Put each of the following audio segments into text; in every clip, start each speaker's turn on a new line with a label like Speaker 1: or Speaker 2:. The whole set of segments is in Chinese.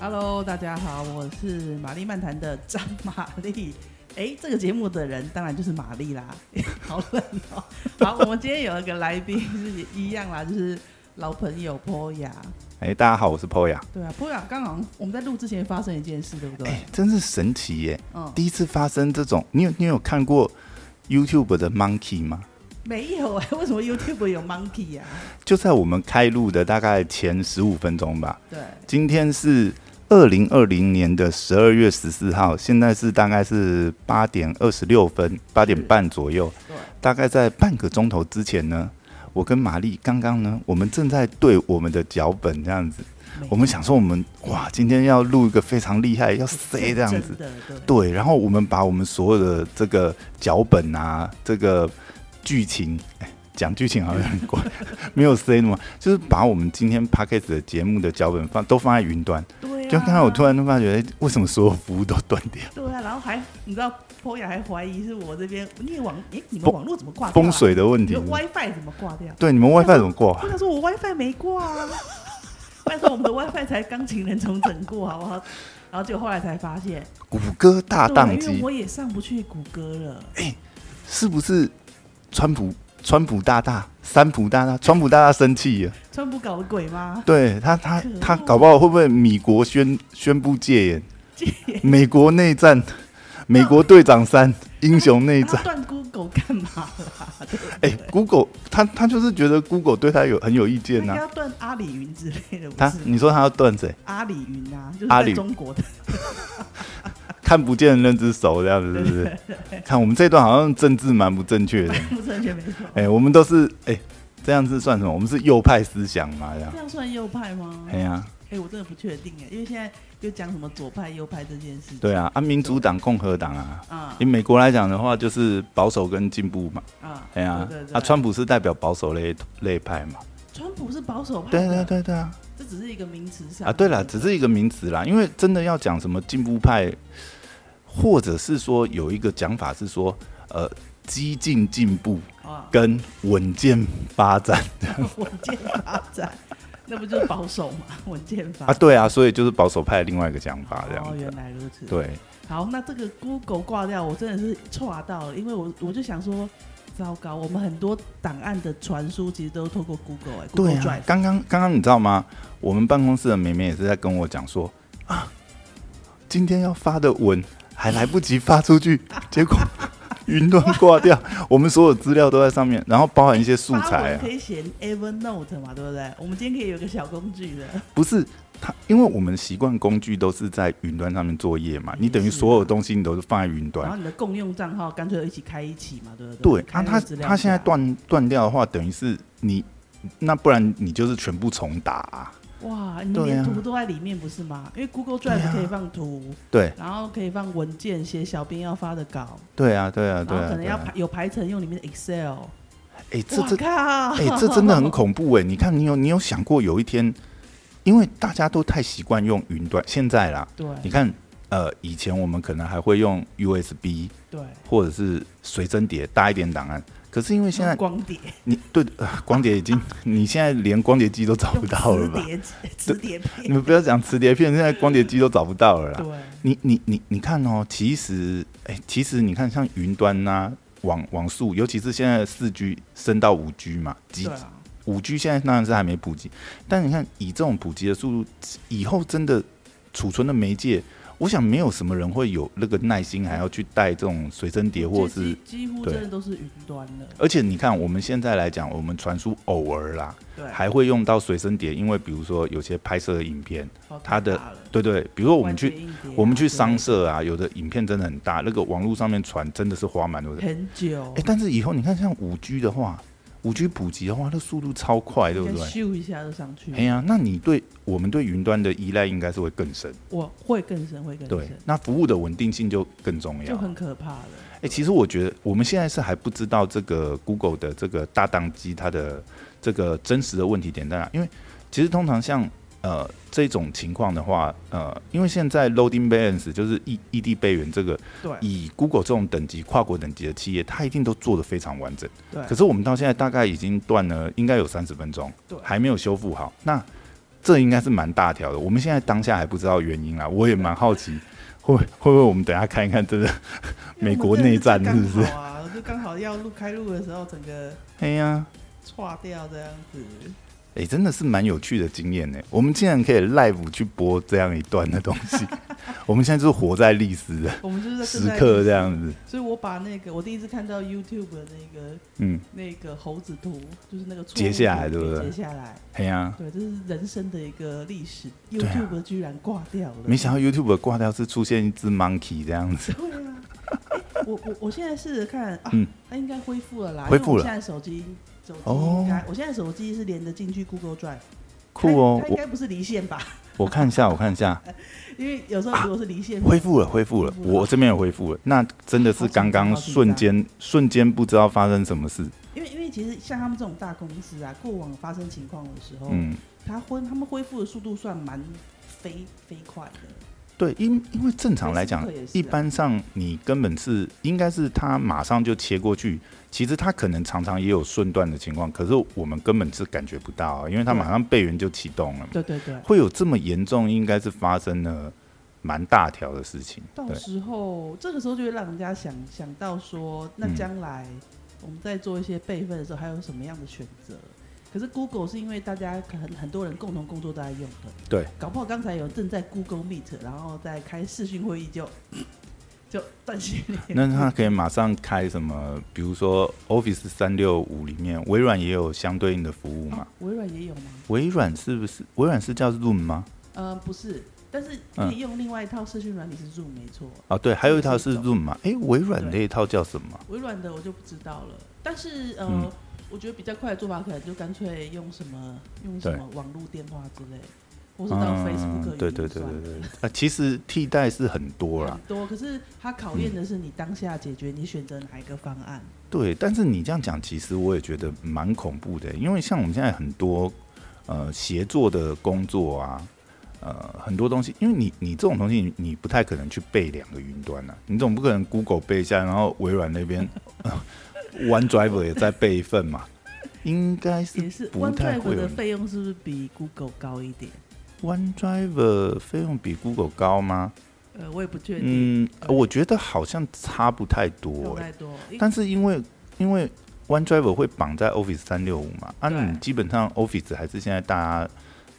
Speaker 1: Hello，大家好，我是玛丽漫谈的张玛丽。 哎，这个节目的人当然就是玛丽啦， 好冷哦。 好，我们今天有一个来宾是一样啦，就是老朋友 Poya。
Speaker 2: 哎、大家好，我是 Poya。
Speaker 1: 对啊，Poya，刚好我们在录之前发生一件事，对不对？
Speaker 2: 哎、真是神奇耶！
Speaker 1: 嗯，
Speaker 2: 第一次发生这种，你有你有看过 YouTube 的 Monkey 吗？
Speaker 1: 没有 哎、为什么 YouTube 有 Monkey 呀、啊？
Speaker 2: 就在我们开录的大概前十五分钟吧。
Speaker 1: 对，
Speaker 2: 今天是二零二零年的十二月十四号，现在是大概是八点二十六分，八点半左右。
Speaker 1: 对，
Speaker 2: 大概在半个钟头之前呢，我跟玛丽刚刚呢，我们正在对我们的脚本这样子，
Speaker 1: 没
Speaker 2: 我们想说我们哇，今天要录一个非常厉害，要塞这样子
Speaker 1: 真。的对。
Speaker 2: 对，然后我们把我们所有的这个脚本啊，这个剧情，哎讲剧情好像很怪， 没有 say 嘛，就是把我们今天 p a c k a g e 的节目的脚本放都放在云端。
Speaker 1: 对啊，
Speaker 2: 就刚才我突然发觉，哎为什么所有服务都断掉？
Speaker 1: 对啊，然后还你知道 Poya 还怀疑是我这边你也网哎、你们
Speaker 2: 风
Speaker 1: 网络怎么挂掉啊、
Speaker 2: 风水的问
Speaker 1: 你
Speaker 2: 题
Speaker 1: 们。WiFi 怎么挂掉？
Speaker 2: 对，你们 WiFi 怎么过啊？
Speaker 1: 我想说我 WiFi 没挂啊， 拜托我们的 WiFi 才钢琴人重整过好不好？然后结果后来才发现，
Speaker 2: 谷歌大
Speaker 1: 对，啊
Speaker 2: 宕
Speaker 1: 因为
Speaker 2: 机
Speaker 1: 我也上不去谷歌了。
Speaker 2: 是不是？川普川普大大，三普大大，川普大大生气了。
Speaker 1: 川普搞的鬼吗？
Speaker 2: 对他，他
Speaker 1: 可恶
Speaker 2: 他搞不好会不会米国宣宣布戒严？美国内战，美国队长三英雄内
Speaker 1: 他
Speaker 2: 战。
Speaker 1: 断 Google 干嘛啦？对不
Speaker 2: 哎、
Speaker 1: 对
Speaker 2: g o o g l e 他他就是觉得 Google 对他有很有意
Speaker 1: 他
Speaker 2: 见
Speaker 1: 应
Speaker 2: 呐、
Speaker 1: 该要断阿里云之类的，不
Speaker 2: 他
Speaker 1: 是
Speaker 2: 你说他要断谁？
Speaker 1: 阿里云啊，就是
Speaker 2: 阿
Speaker 1: 在
Speaker 2: 里
Speaker 1: 中国的，
Speaker 2: 看不见的那只手这样子是不是？看我们这段好像政治蛮不正 确的。
Speaker 1: 不正确没错。
Speaker 2: 哎、我们都是哎、这样子算什么？我们是右派思想嘛，这样
Speaker 1: 这。样算右派吗？
Speaker 2: 哎呀、
Speaker 1: 哎、我真的不确定哎，因为现在又讲什么左派右派这件事情。
Speaker 2: 对啊，啊，民主党、共和党啊，
Speaker 1: 啊
Speaker 2: 以美国来讲的话，就是保守跟进步嘛。
Speaker 1: 啊，
Speaker 2: 哎呀
Speaker 1: 对对，对
Speaker 2: 啊，川普是代表保守类类派嘛。
Speaker 1: 川普是保守派
Speaker 2: 对
Speaker 1: 的，
Speaker 2: 对对对啊。
Speaker 1: 这只是一个名词上
Speaker 2: 啊，对了，
Speaker 1: 了，
Speaker 2: 只是一个名词啦，因为真的要讲什么进步派，或者是说有一个讲法是说，呃，激进进步
Speaker 1: 啊，
Speaker 2: 跟稳健发展
Speaker 1: 稳健发展，那不就是保守 嘛？稳健发
Speaker 2: 啊，
Speaker 1: 展。
Speaker 2: 对啊，所以就是保守派另外一个讲啊法这
Speaker 1: 哦，
Speaker 2: 样
Speaker 1: 原
Speaker 2: 子。
Speaker 1: 来如此。，
Speaker 2: 对，
Speaker 1: 好，那这个 Google 挂掉，我真的是错到了，因为我我就想说，糟糕，我们很多档案的传输其实都透过 Google 哎、g o o
Speaker 2: 对
Speaker 1: g l e
Speaker 2: 啊
Speaker 1: Drive，，
Speaker 2: 刚刚刚刚你知道吗？我们办公室的妹妹也是在跟我讲说啊，今天要发的文还来不及发出 去，结果 云端挂掉，我们所有资料都在上面，然后包含一些素
Speaker 1: 发
Speaker 2: 材
Speaker 1: 文
Speaker 2: 啊
Speaker 1: 可，以写 Evernote 嘛，对不对？我们今天可以有个小工具的，
Speaker 2: 不是。它，因为我们习惯工具都是在云端上面作业嘛，你等于
Speaker 1: 是啊
Speaker 2: 所有东西你都是放在云
Speaker 1: 然
Speaker 2: 端
Speaker 1: 后。你的共用账号干脆一起开一起嘛，对不对？
Speaker 2: 对，
Speaker 1: 开
Speaker 2: 啊，
Speaker 1: 那
Speaker 2: 它
Speaker 1: 个资料
Speaker 2: 它现在
Speaker 1: 夹
Speaker 2: 断断掉的话，等于是你，那不然你就是全部重打啊。
Speaker 1: 哇，你
Speaker 2: 对
Speaker 1: 连
Speaker 2: 啊
Speaker 1: 图都在里面不是吗？因为 Google
Speaker 2: 对
Speaker 1: Drive
Speaker 2: 啊
Speaker 1: 可以放图，
Speaker 2: 对，
Speaker 1: 然后可以放文件，写小编要发的稿，
Speaker 2: 对啊，对啊，
Speaker 1: 然
Speaker 2: 对
Speaker 1: 后
Speaker 2: 啊
Speaker 1: 可能
Speaker 2: 对
Speaker 1: 要
Speaker 2: 啊
Speaker 1: 排。有排程用里面的 Excel。
Speaker 2: 哎，这
Speaker 1: 我
Speaker 2: 这
Speaker 1: 靠！
Speaker 2: 哎、这真的很恐怖哎、你看，你有你有想过有一天，因为大家都太习惯用云端，现在啦，
Speaker 1: 对
Speaker 2: 你看，呃，以前我们可能还会用 USB
Speaker 1: 对，
Speaker 2: 或者是随身碟大一点档案，可是因为现在
Speaker 1: 嗯光碟
Speaker 2: 你对、呃光碟已经， 你现在连光碟机都找
Speaker 1: 用
Speaker 2: 不到了
Speaker 1: 磁
Speaker 2: 吧？
Speaker 1: 碟磁碟
Speaker 2: 你
Speaker 1: 片，
Speaker 2: 们不要讲磁碟片，现在光碟机都找不到了啦。
Speaker 1: 对啊
Speaker 2: 你你你你看哦，其实哎、其实你看像云端呐、网网速，尤其是现在四 G 升到五 G 嘛，几
Speaker 1: 对啊，
Speaker 2: 五 G 现在当然是还没普及，但你看以这种普及的速度，以后真的储存的媒介，我想没有什么人会有那个耐心还要去带这种随身碟或者
Speaker 1: 几
Speaker 2: 是。
Speaker 1: 几乎
Speaker 2: 对
Speaker 1: 真的都是云端的，
Speaker 2: 而且你看，我们现在来讲，我们传输偶尔啦，
Speaker 1: 对，
Speaker 2: 还会用到随身碟，因为比如说有些拍摄的影片，
Speaker 1: 好可
Speaker 2: 它的
Speaker 1: 怕了
Speaker 2: 对对，比如说我们
Speaker 1: 万
Speaker 2: 去
Speaker 1: 年硬碟啊
Speaker 2: 我们去
Speaker 1: 之类的
Speaker 2: 商社啊，有的影片真的很大，那个网络上面传真的是花蛮多的。
Speaker 1: 很久
Speaker 2: 哎，，但是以后你看，像五 G 的话，五 G 普及的话，那速度超快，对不
Speaker 1: 应
Speaker 2: 对
Speaker 1: 该？咻一下就上去
Speaker 2: 哎，呀，那你对我们对云端的依赖应该是会更深，
Speaker 1: 我会更深，会更
Speaker 2: 对
Speaker 1: 深，，
Speaker 2: 那服务的稳定性就更重
Speaker 1: 就
Speaker 2: 要。
Speaker 1: 很可怕了。
Speaker 2: 哎，其实我觉得我们现在是还不知道这个 Google 的这个大宕机它的这个真实的问题点在哪，因为其实通常像呃这种情况的话，呃，因为现在 loading balance 就是异异地备援这个，
Speaker 1: 对
Speaker 2: 以 Google 这种等级跨国等级的企业，它一定都做得非常完整。
Speaker 1: 对，
Speaker 2: 可是我们到现在大概已经断了，应该有三十分钟，
Speaker 1: 对
Speaker 2: 还没有修复好。那这应该是蛮大条的。我们现在当下还不知道原因啦，我也蛮好奇，会不会会不会我们等一下看一看，真的
Speaker 1: 因为
Speaker 2: 美
Speaker 1: 我们
Speaker 2: 国
Speaker 1: 真的
Speaker 2: 内战是
Speaker 1: 就
Speaker 2: 不是
Speaker 1: 刚？好啊，就刚好要录开录的时候，整个
Speaker 2: 哎呀，
Speaker 1: 垮掉这样子。
Speaker 2: 哎、真的是蛮有趣的经验呢。我们竟然可以 live 去播这样一段的东 西，我们现在就是活在历史的
Speaker 1: 我们就是在
Speaker 2: 时刻这。样子。
Speaker 1: 所以我把那个我第一次看到 YouTube 的那个
Speaker 2: 嗯，
Speaker 1: 那个猴子图，就是那个错误
Speaker 2: 截下来
Speaker 1: 图
Speaker 2: 对不对
Speaker 1: 截下来，
Speaker 2: 哎呀，
Speaker 1: 对，这是人生的一个历史。
Speaker 2: 啊
Speaker 1: YouTube 居然挂掉了，
Speaker 2: 没想到 YouTube 挂掉是出现一只 monkey 这样子。
Speaker 1: 对啊，哎我我我现在试着看啊
Speaker 2: 嗯，
Speaker 1: 它应该恢复了啦。
Speaker 2: 恢复
Speaker 1: 因为
Speaker 2: 了
Speaker 1: 我现在手机手机
Speaker 2: 哦
Speaker 1: 应该，我现在手机是连得进去 Google Drive，
Speaker 2: 酷哦
Speaker 1: 它它应
Speaker 2: 我
Speaker 1: 该不是离线吧？
Speaker 2: 我看一下，我看一下，
Speaker 1: 因为有时候如果是离线，
Speaker 2: 恢复了，恢复了，
Speaker 1: 恢复了
Speaker 2: 我这边有恢复了。那真的是刚刚
Speaker 1: 好紧张
Speaker 2: 瞬间瞬间不知道发生什么事。
Speaker 1: 因为因为其实像他们这种大公司啊，过往发生情况的时候，
Speaker 2: 嗯，
Speaker 1: 它恢他们恢复的速度算蛮飞飞快的，
Speaker 2: 对，因因为正常来讲
Speaker 1: 对是也，是啊
Speaker 2: 一般上你根本是应该是他马上就切过去，其实他可能常常也有顺断的情况，可是我们根本是感觉不到、啊，因为他马上备援就启动了嘛。
Speaker 1: 对对对。
Speaker 2: 会有这么严重，应该是发生了蛮大条的事情。
Speaker 1: 到
Speaker 2: 对，
Speaker 1: 时候这个时候就会让人家想想到说，那
Speaker 2: 嗯
Speaker 1: 将来我们在做一些备份的时候，还有什么样的选择？可是 Google 是因为大家可能很多人共同工作都在用的，
Speaker 2: 对，
Speaker 1: 搞不好刚才有人正在 Google Meet，然后在开视讯会议就 就断线了。
Speaker 2: 那他可以马上开什么？比如说 Office 三六五里面，微软也有相对应的服务嘛
Speaker 1: 哦？微软也有吗？
Speaker 2: 微软是不是？微软是叫 Zoom 吗？
Speaker 1: 呃，不是，但是
Speaker 2: 嗯
Speaker 1: 可以用另外一套视讯软体是 Zoom，没错。
Speaker 2: 啊，对，还有一套
Speaker 1: 是
Speaker 2: 是
Speaker 1: 一种
Speaker 2: Zoom 嘛？诶，微软那一套叫什么？
Speaker 1: 微软的我就不知道了，但是呃，
Speaker 2: 嗯
Speaker 1: 我觉得比较快的做法可能就干脆用什么用
Speaker 2: 对嗯
Speaker 1: 什么网络电话之类，或是到 Facebook
Speaker 2: 对对
Speaker 1: 云
Speaker 2: 对
Speaker 1: 算
Speaker 2: 对对，啊，其实替代是很多啦
Speaker 1: 很，多。可是它考验的是你当下解决，你选择哪一个方案。
Speaker 2: 对。但是你这样讲，其实我也觉得蛮恐怖的，因为像我们现在很多呃协作的工作啊，呃很多东西，因为你你这种东西你，你不太可能去背两个云端啊，你总不可能 Google 背一下，然后微软 那边、呃、OneDrive 也再备一份嘛，应该嗯是
Speaker 1: 也是
Speaker 2: 不太
Speaker 1: OneDrive
Speaker 2: 会有
Speaker 1: 的
Speaker 2: 人
Speaker 1: 费用是不是比 Google 高一点？
Speaker 2: OneDrive 费用比 Google 高吗？
Speaker 1: 呃，我也不确定，
Speaker 2: 嗯，我觉得好像差不太
Speaker 1: 差
Speaker 2: 多、
Speaker 1: 不
Speaker 2: 欸。
Speaker 1: 太多。因
Speaker 2: 但是因为因为 OneDrive 会绑在 Office 三六五嘛，啊，
Speaker 1: 对
Speaker 2: 你基本上 Office 还是现在大家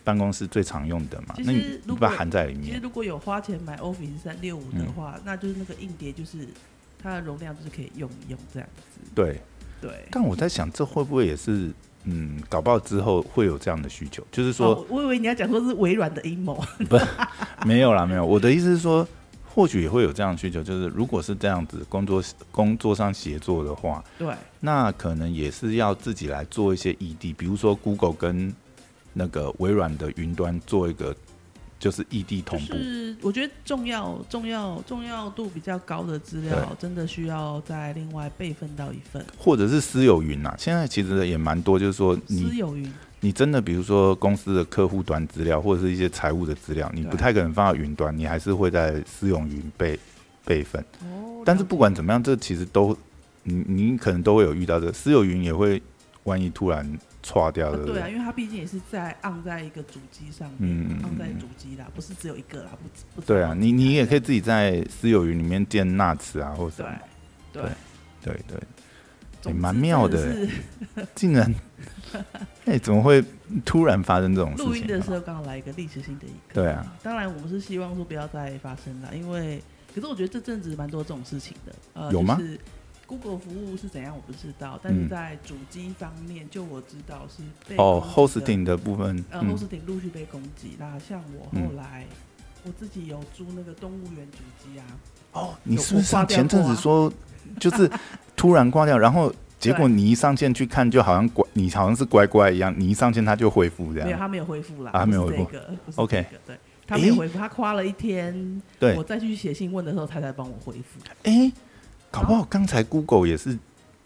Speaker 2: 办公室最常用的嘛，
Speaker 1: 其实
Speaker 2: 那你你
Speaker 1: 如
Speaker 2: 把
Speaker 1: 果
Speaker 2: 它含在里
Speaker 1: 其实
Speaker 2: 面，
Speaker 1: 如果有花钱买 Office 三六五的
Speaker 2: 嗯
Speaker 1: 话，那就是那个硬碟就是它的容量就是可以用一用这样子。
Speaker 2: 对。
Speaker 1: 对，
Speaker 2: 但我在想，这会不会也是嗯，搞不好之后会有这样的需求，就是说
Speaker 1: 哦我我以为你要讲说是微软的阴谋。
Speaker 2: 没有啦，没有。我的意思是说，或许也会有这样的需求，就是如果是这样子工作工作上协作的话，
Speaker 1: 对，
Speaker 2: 那可能也是要自己来做一些异地，比如说 Google 跟那个微软的云端做一个就是异地
Speaker 1: 就
Speaker 2: 同步。
Speaker 1: 是我觉得重要、重要、重要度比较高的资料，真的需要再另外备份到一份
Speaker 2: 或者是私有云啊，现在其实也蛮多，就是说
Speaker 1: 私
Speaker 2: 你
Speaker 1: 有云。
Speaker 2: 你真的比如说公司的客户端资料或者是一些财务的资料，你
Speaker 1: 对
Speaker 2: 不太可能放到云端，你还是会在私有云备备份。
Speaker 1: 哦
Speaker 2: 但是不管怎么样，这其实都你你可能都会有遇到的，私有云也会万一突然错掉，对不
Speaker 1: 对
Speaker 2: 对？
Speaker 1: 啊，因为它毕竟也是在按在一个主机上面，
Speaker 2: 嗯嗯嗯
Speaker 1: 按在主机啦，不是只有一个啦，不不。
Speaker 2: 对啊，你你也可以自己在私有云里面建 NAS 啊，或者什
Speaker 1: 对
Speaker 2: 么
Speaker 1: 对
Speaker 2: 对，对对，
Speaker 1: 啊总之
Speaker 2: 蛮妙的欸
Speaker 1: 真是
Speaker 2: 竟然哎、怎么会突然发生这种事情、啊？
Speaker 1: 录音的时候刚好来一个历史性的一刻。
Speaker 2: 对啊，
Speaker 1: 当然我们是希望说不要再发生了，因为可是我觉得这阵子蛮多这种事情的。呃，
Speaker 2: 有吗
Speaker 1: 就是 Google 服务是怎样我不知道，但是
Speaker 2: 嗯
Speaker 1: 在主机方面，就我知道是被
Speaker 2: 哦
Speaker 1: 攻击的
Speaker 2: ，hosting 的部分，
Speaker 1: 呃
Speaker 2: 嗯
Speaker 1: hosting 陆续被攻击。那像我后来。我自己有租那个动物园主机啊，
Speaker 2: 哦，你
Speaker 1: 有
Speaker 2: 是不是
Speaker 1: 我挂
Speaker 2: 上
Speaker 1: 掉
Speaker 2: 前阵
Speaker 1: 过
Speaker 2: 子
Speaker 1: 啊
Speaker 2: 说，就是突然挂掉，然后结果
Speaker 1: 对
Speaker 2: 你一上线去看，就好像乖，你好像是乖乖一样，你一上线它就恢复这
Speaker 1: 没有，
Speaker 2: 样。
Speaker 1: 他没有恢复啦，
Speaker 2: 啊
Speaker 1: 不
Speaker 2: 没
Speaker 1: 是
Speaker 2: 有恢复
Speaker 1: 这个不是
Speaker 2: OK
Speaker 1: 这个对，他没有
Speaker 2: 诶
Speaker 1: 恢复，他夸了一天，
Speaker 2: 对
Speaker 1: 我再去写信问的时候，他才帮我恢复。
Speaker 2: 哎、搞不好刚才 Google 也是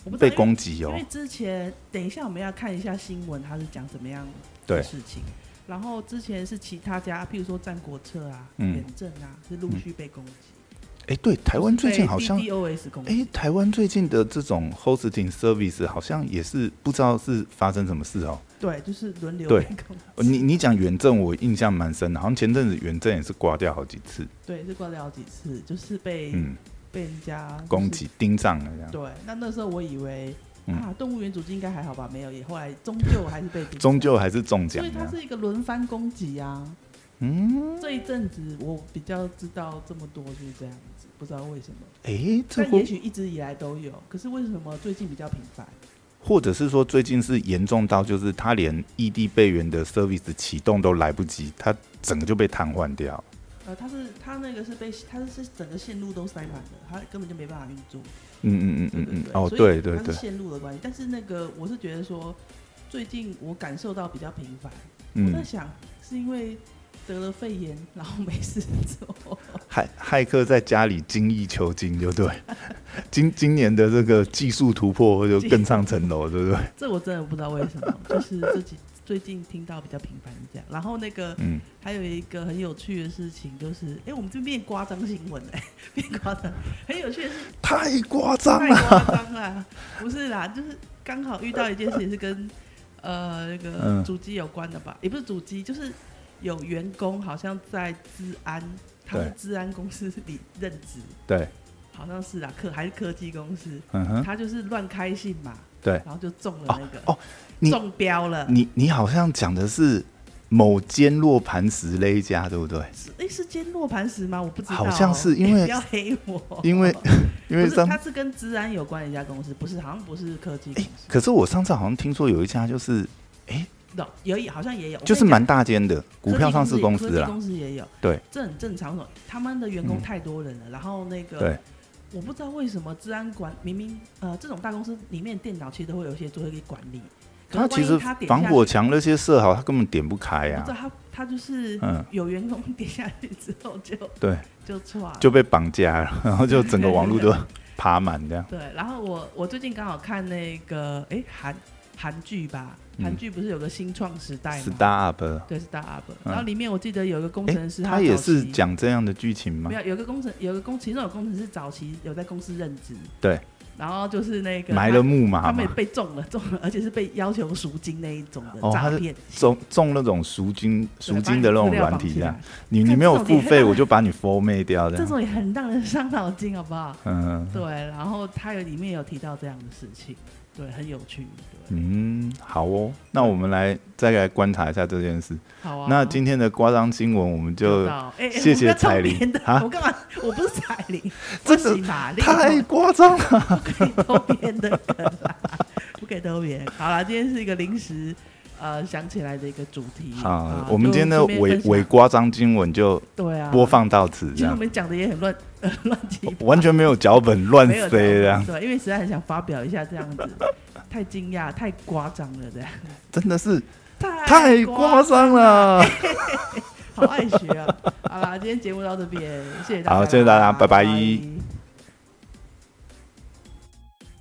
Speaker 1: 我不知道
Speaker 2: 被
Speaker 1: 因为
Speaker 2: 攻击哦
Speaker 1: 因为。之前，等一下我们要看一下新闻，它是讲怎么样
Speaker 2: 对
Speaker 1: 的事情。然后之前是其他家，譬如说战国策啊、
Speaker 2: 嗯
Speaker 1: 远政啊，是陆续被攻击。
Speaker 2: 哎、对，台湾最近好像，
Speaker 1: DDoS 攻
Speaker 2: 哎、
Speaker 1: 击，
Speaker 2: 台湾最近的这种 hosting service 好像也是不知道是发生什么事哦。
Speaker 1: 对，就是轮流
Speaker 2: 对哦
Speaker 1: 办公室
Speaker 2: 你你讲远政，我印象蛮深的，好像前阵子远政也是刮掉好几次，
Speaker 1: 对，是挂掉好几次，就是被、
Speaker 2: 嗯，
Speaker 1: 被人家就是
Speaker 2: 攻击盯上了这样。
Speaker 1: 对，那那时候我以为、
Speaker 2: 嗯
Speaker 1: 啊，动物园组织应该还好吧？没有，也后来终究还是被盯上
Speaker 2: 终，究还是中奖啊
Speaker 1: 所以
Speaker 2: 这
Speaker 1: 它
Speaker 2: 样。
Speaker 1: 是一个轮番攻击啊。
Speaker 2: 嗯，
Speaker 1: 这一阵子我比较知道这么多就是这样子，不知道为什么。
Speaker 2: 诶，这
Speaker 1: 但
Speaker 2: 或
Speaker 1: 也许一直以来都有，可是为什么最近比较频繁？
Speaker 2: 或者是说最近是严重到就是他连异地备援的 service 启动都来不及，他整个就被瘫痪掉。
Speaker 1: 呃，它是它那个是被它是整个线路都塞满了，它根本就没办法运作。
Speaker 2: 嗯
Speaker 1: 对
Speaker 2: 嗯嗯嗯
Speaker 1: 对
Speaker 2: 嗯
Speaker 1: 对，，
Speaker 2: 哦，
Speaker 1: 所以
Speaker 2: 对对
Speaker 1: 它是
Speaker 2: 对，
Speaker 1: 线路的关系。但是那个我是觉得说，最近我感受到比较频繁，我在
Speaker 2: 嗯，
Speaker 1: 想是因为得了肺炎，然后没事做。
Speaker 2: 骇骇客在家里精益求精，就对。 今今年的这个技术突破就更上层楼，对不对？
Speaker 1: 这我真的不知道为什么，就是自己最近听到比较频繁是这样。然后那个
Speaker 2: 嗯，
Speaker 1: 还有一个很有趣的事情，就是哎、诶我们这边夸张新闻 哎、诶变夸张，很有趣的是
Speaker 2: 太夸张
Speaker 1: 太
Speaker 2: 了。
Speaker 1: 夸张了，啊不是啦，就是刚好遇到一件事，也是跟呃那个
Speaker 2: 嗯
Speaker 1: 主机有关的吧，也不是主机，就是有员工好像在治安，他
Speaker 2: 对
Speaker 1: 是治安公司里任职，
Speaker 2: 对，
Speaker 1: 好像是啊，科还是科技公司，
Speaker 2: 嗯哼，
Speaker 1: 他就是乱开信嘛，
Speaker 2: 对。
Speaker 1: 然后就中了那个，
Speaker 2: 哦你
Speaker 1: 中标了，
Speaker 2: 你你好像讲的是某坚若磐石那一家，对不对？
Speaker 1: 是哎是坚若磐石吗？我不知道哦、
Speaker 2: 好像是因为
Speaker 1: 你不要黑我，
Speaker 2: 因为因为
Speaker 1: 不是
Speaker 2: 上
Speaker 1: 他是跟治安有关的一家公司，不是好像不是科技公司，
Speaker 2: 可是我上次好像听说有一家就是
Speaker 1: 有有一好像也有，我
Speaker 2: 就是
Speaker 1: 跟你讲
Speaker 2: 蛮大间的股票上市公司
Speaker 1: 科技
Speaker 2: 啦，
Speaker 1: 公司也有，
Speaker 2: 对，
Speaker 1: 这很正常。他们的员工
Speaker 2: 嗯
Speaker 1: 太多人了，然后那个，
Speaker 2: 对，
Speaker 1: 我不知道为什么治安管明明呃这种大公司里面电脑其实都会有一些做一个管理，
Speaker 2: 他
Speaker 1: 可是
Speaker 2: 其
Speaker 1: 万一
Speaker 2: 实
Speaker 1: 他点
Speaker 2: 防
Speaker 1: 下
Speaker 2: 火
Speaker 1: 去，
Speaker 2: 墙那些设好，他根本点不开
Speaker 1: 不
Speaker 2: 呀、
Speaker 1: 知道他他就是
Speaker 2: 啊嗯
Speaker 1: 有员工点下去之后就
Speaker 2: 对，
Speaker 1: 就错
Speaker 2: 就被绑架了，然后就整个网络都爬满这样。
Speaker 1: 对，然后我我最近刚好看那个哎韩韩剧吧，韩
Speaker 2: 嗯
Speaker 1: 剧不是有个新创时代吗？
Speaker 2: Star Up，
Speaker 1: 对，Star Up，
Speaker 2: 嗯
Speaker 1: 然后里面我记得有一个工
Speaker 2: 哎、
Speaker 1: 程师，
Speaker 2: 他也
Speaker 1: 早
Speaker 2: 是
Speaker 1: 期
Speaker 2: 讲这样的剧情吗
Speaker 1: 没？有，有个工程，有个工，其中有工程师早期有在公司任职，
Speaker 2: 对，
Speaker 1: 然后就是那个
Speaker 2: 埋了
Speaker 1: 他，
Speaker 2: 木
Speaker 1: 他
Speaker 2: 马
Speaker 1: 们
Speaker 2: 嘛
Speaker 1: 也，被中了，中了，而且是被要求赎金那一种的
Speaker 2: 哦
Speaker 1: 诈
Speaker 2: 他是
Speaker 1: 骗，
Speaker 2: 中中那种赎金赎
Speaker 1: 对把
Speaker 2: 金
Speaker 1: 你
Speaker 2: 的那种
Speaker 1: 资料
Speaker 2: 软体
Speaker 1: 绑
Speaker 2: 这
Speaker 1: 起
Speaker 2: 样啊
Speaker 1: 来，
Speaker 2: 你你
Speaker 1: 看
Speaker 2: 没
Speaker 1: 这
Speaker 2: 有
Speaker 1: 种
Speaker 2: 付
Speaker 1: 也
Speaker 2: 费，我就把你 f o r m a 掉这
Speaker 1: 这
Speaker 2: 样。
Speaker 1: 种也很让人伤脑筋，好不好？
Speaker 2: 嗯
Speaker 1: 对，然后他有里面有提到这样的事情，对，很有趣，对，
Speaker 2: 嗯，好哦，那我们来再来观察一下这件事。
Speaker 1: 好啊。
Speaker 2: 那今天的夸张新闻，我们就
Speaker 1: 到哎，哎
Speaker 2: 谢谢彩铃
Speaker 1: 我不要偷别的
Speaker 2: 啊
Speaker 1: 我干嘛？我不是彩铃，
Speaker 2: 真
Speaker 1: 我是
Speaker 2: 的
Speaker 1: 玛丽，
Speaker 2: 太夸张了。
Speaker 1: 可以偷别人的梗啦，不可以偷别人。好了，今天是一个临时呃想起来的一个主题啊
Speaker 2: 好，啊我们今天的伪
Speaker 1: 尾
Speaker 2: 伪
Speaker 1: 尾
Speaker 2: 夸张新闻就
Speaker 1: 对啊
Speaker 2: 播。放到此，
Speaker 1: 其
Speaker 2: 这
Speaker 1: 实我
Speaker 2: 样
Speaker 1: 们讲的也很乱呃乱七八
Speaker 2: 完全没有脚本乱
Speaker 1: 没有
Speaker 2: 塞这样，
Speaker 1: 对，因为实在很想发表一下这样子，太惊讶、太夸张了，这样
Speaker 2: 真的是
Speaker 1: 太
Speaker 2: 太夸张，了。
Speaker 1: 好爱学啊！好啦，今天节目到这边，谢谢大家，
Speaker 2: 好谢谢大家拜拜
Speaker 1: 拜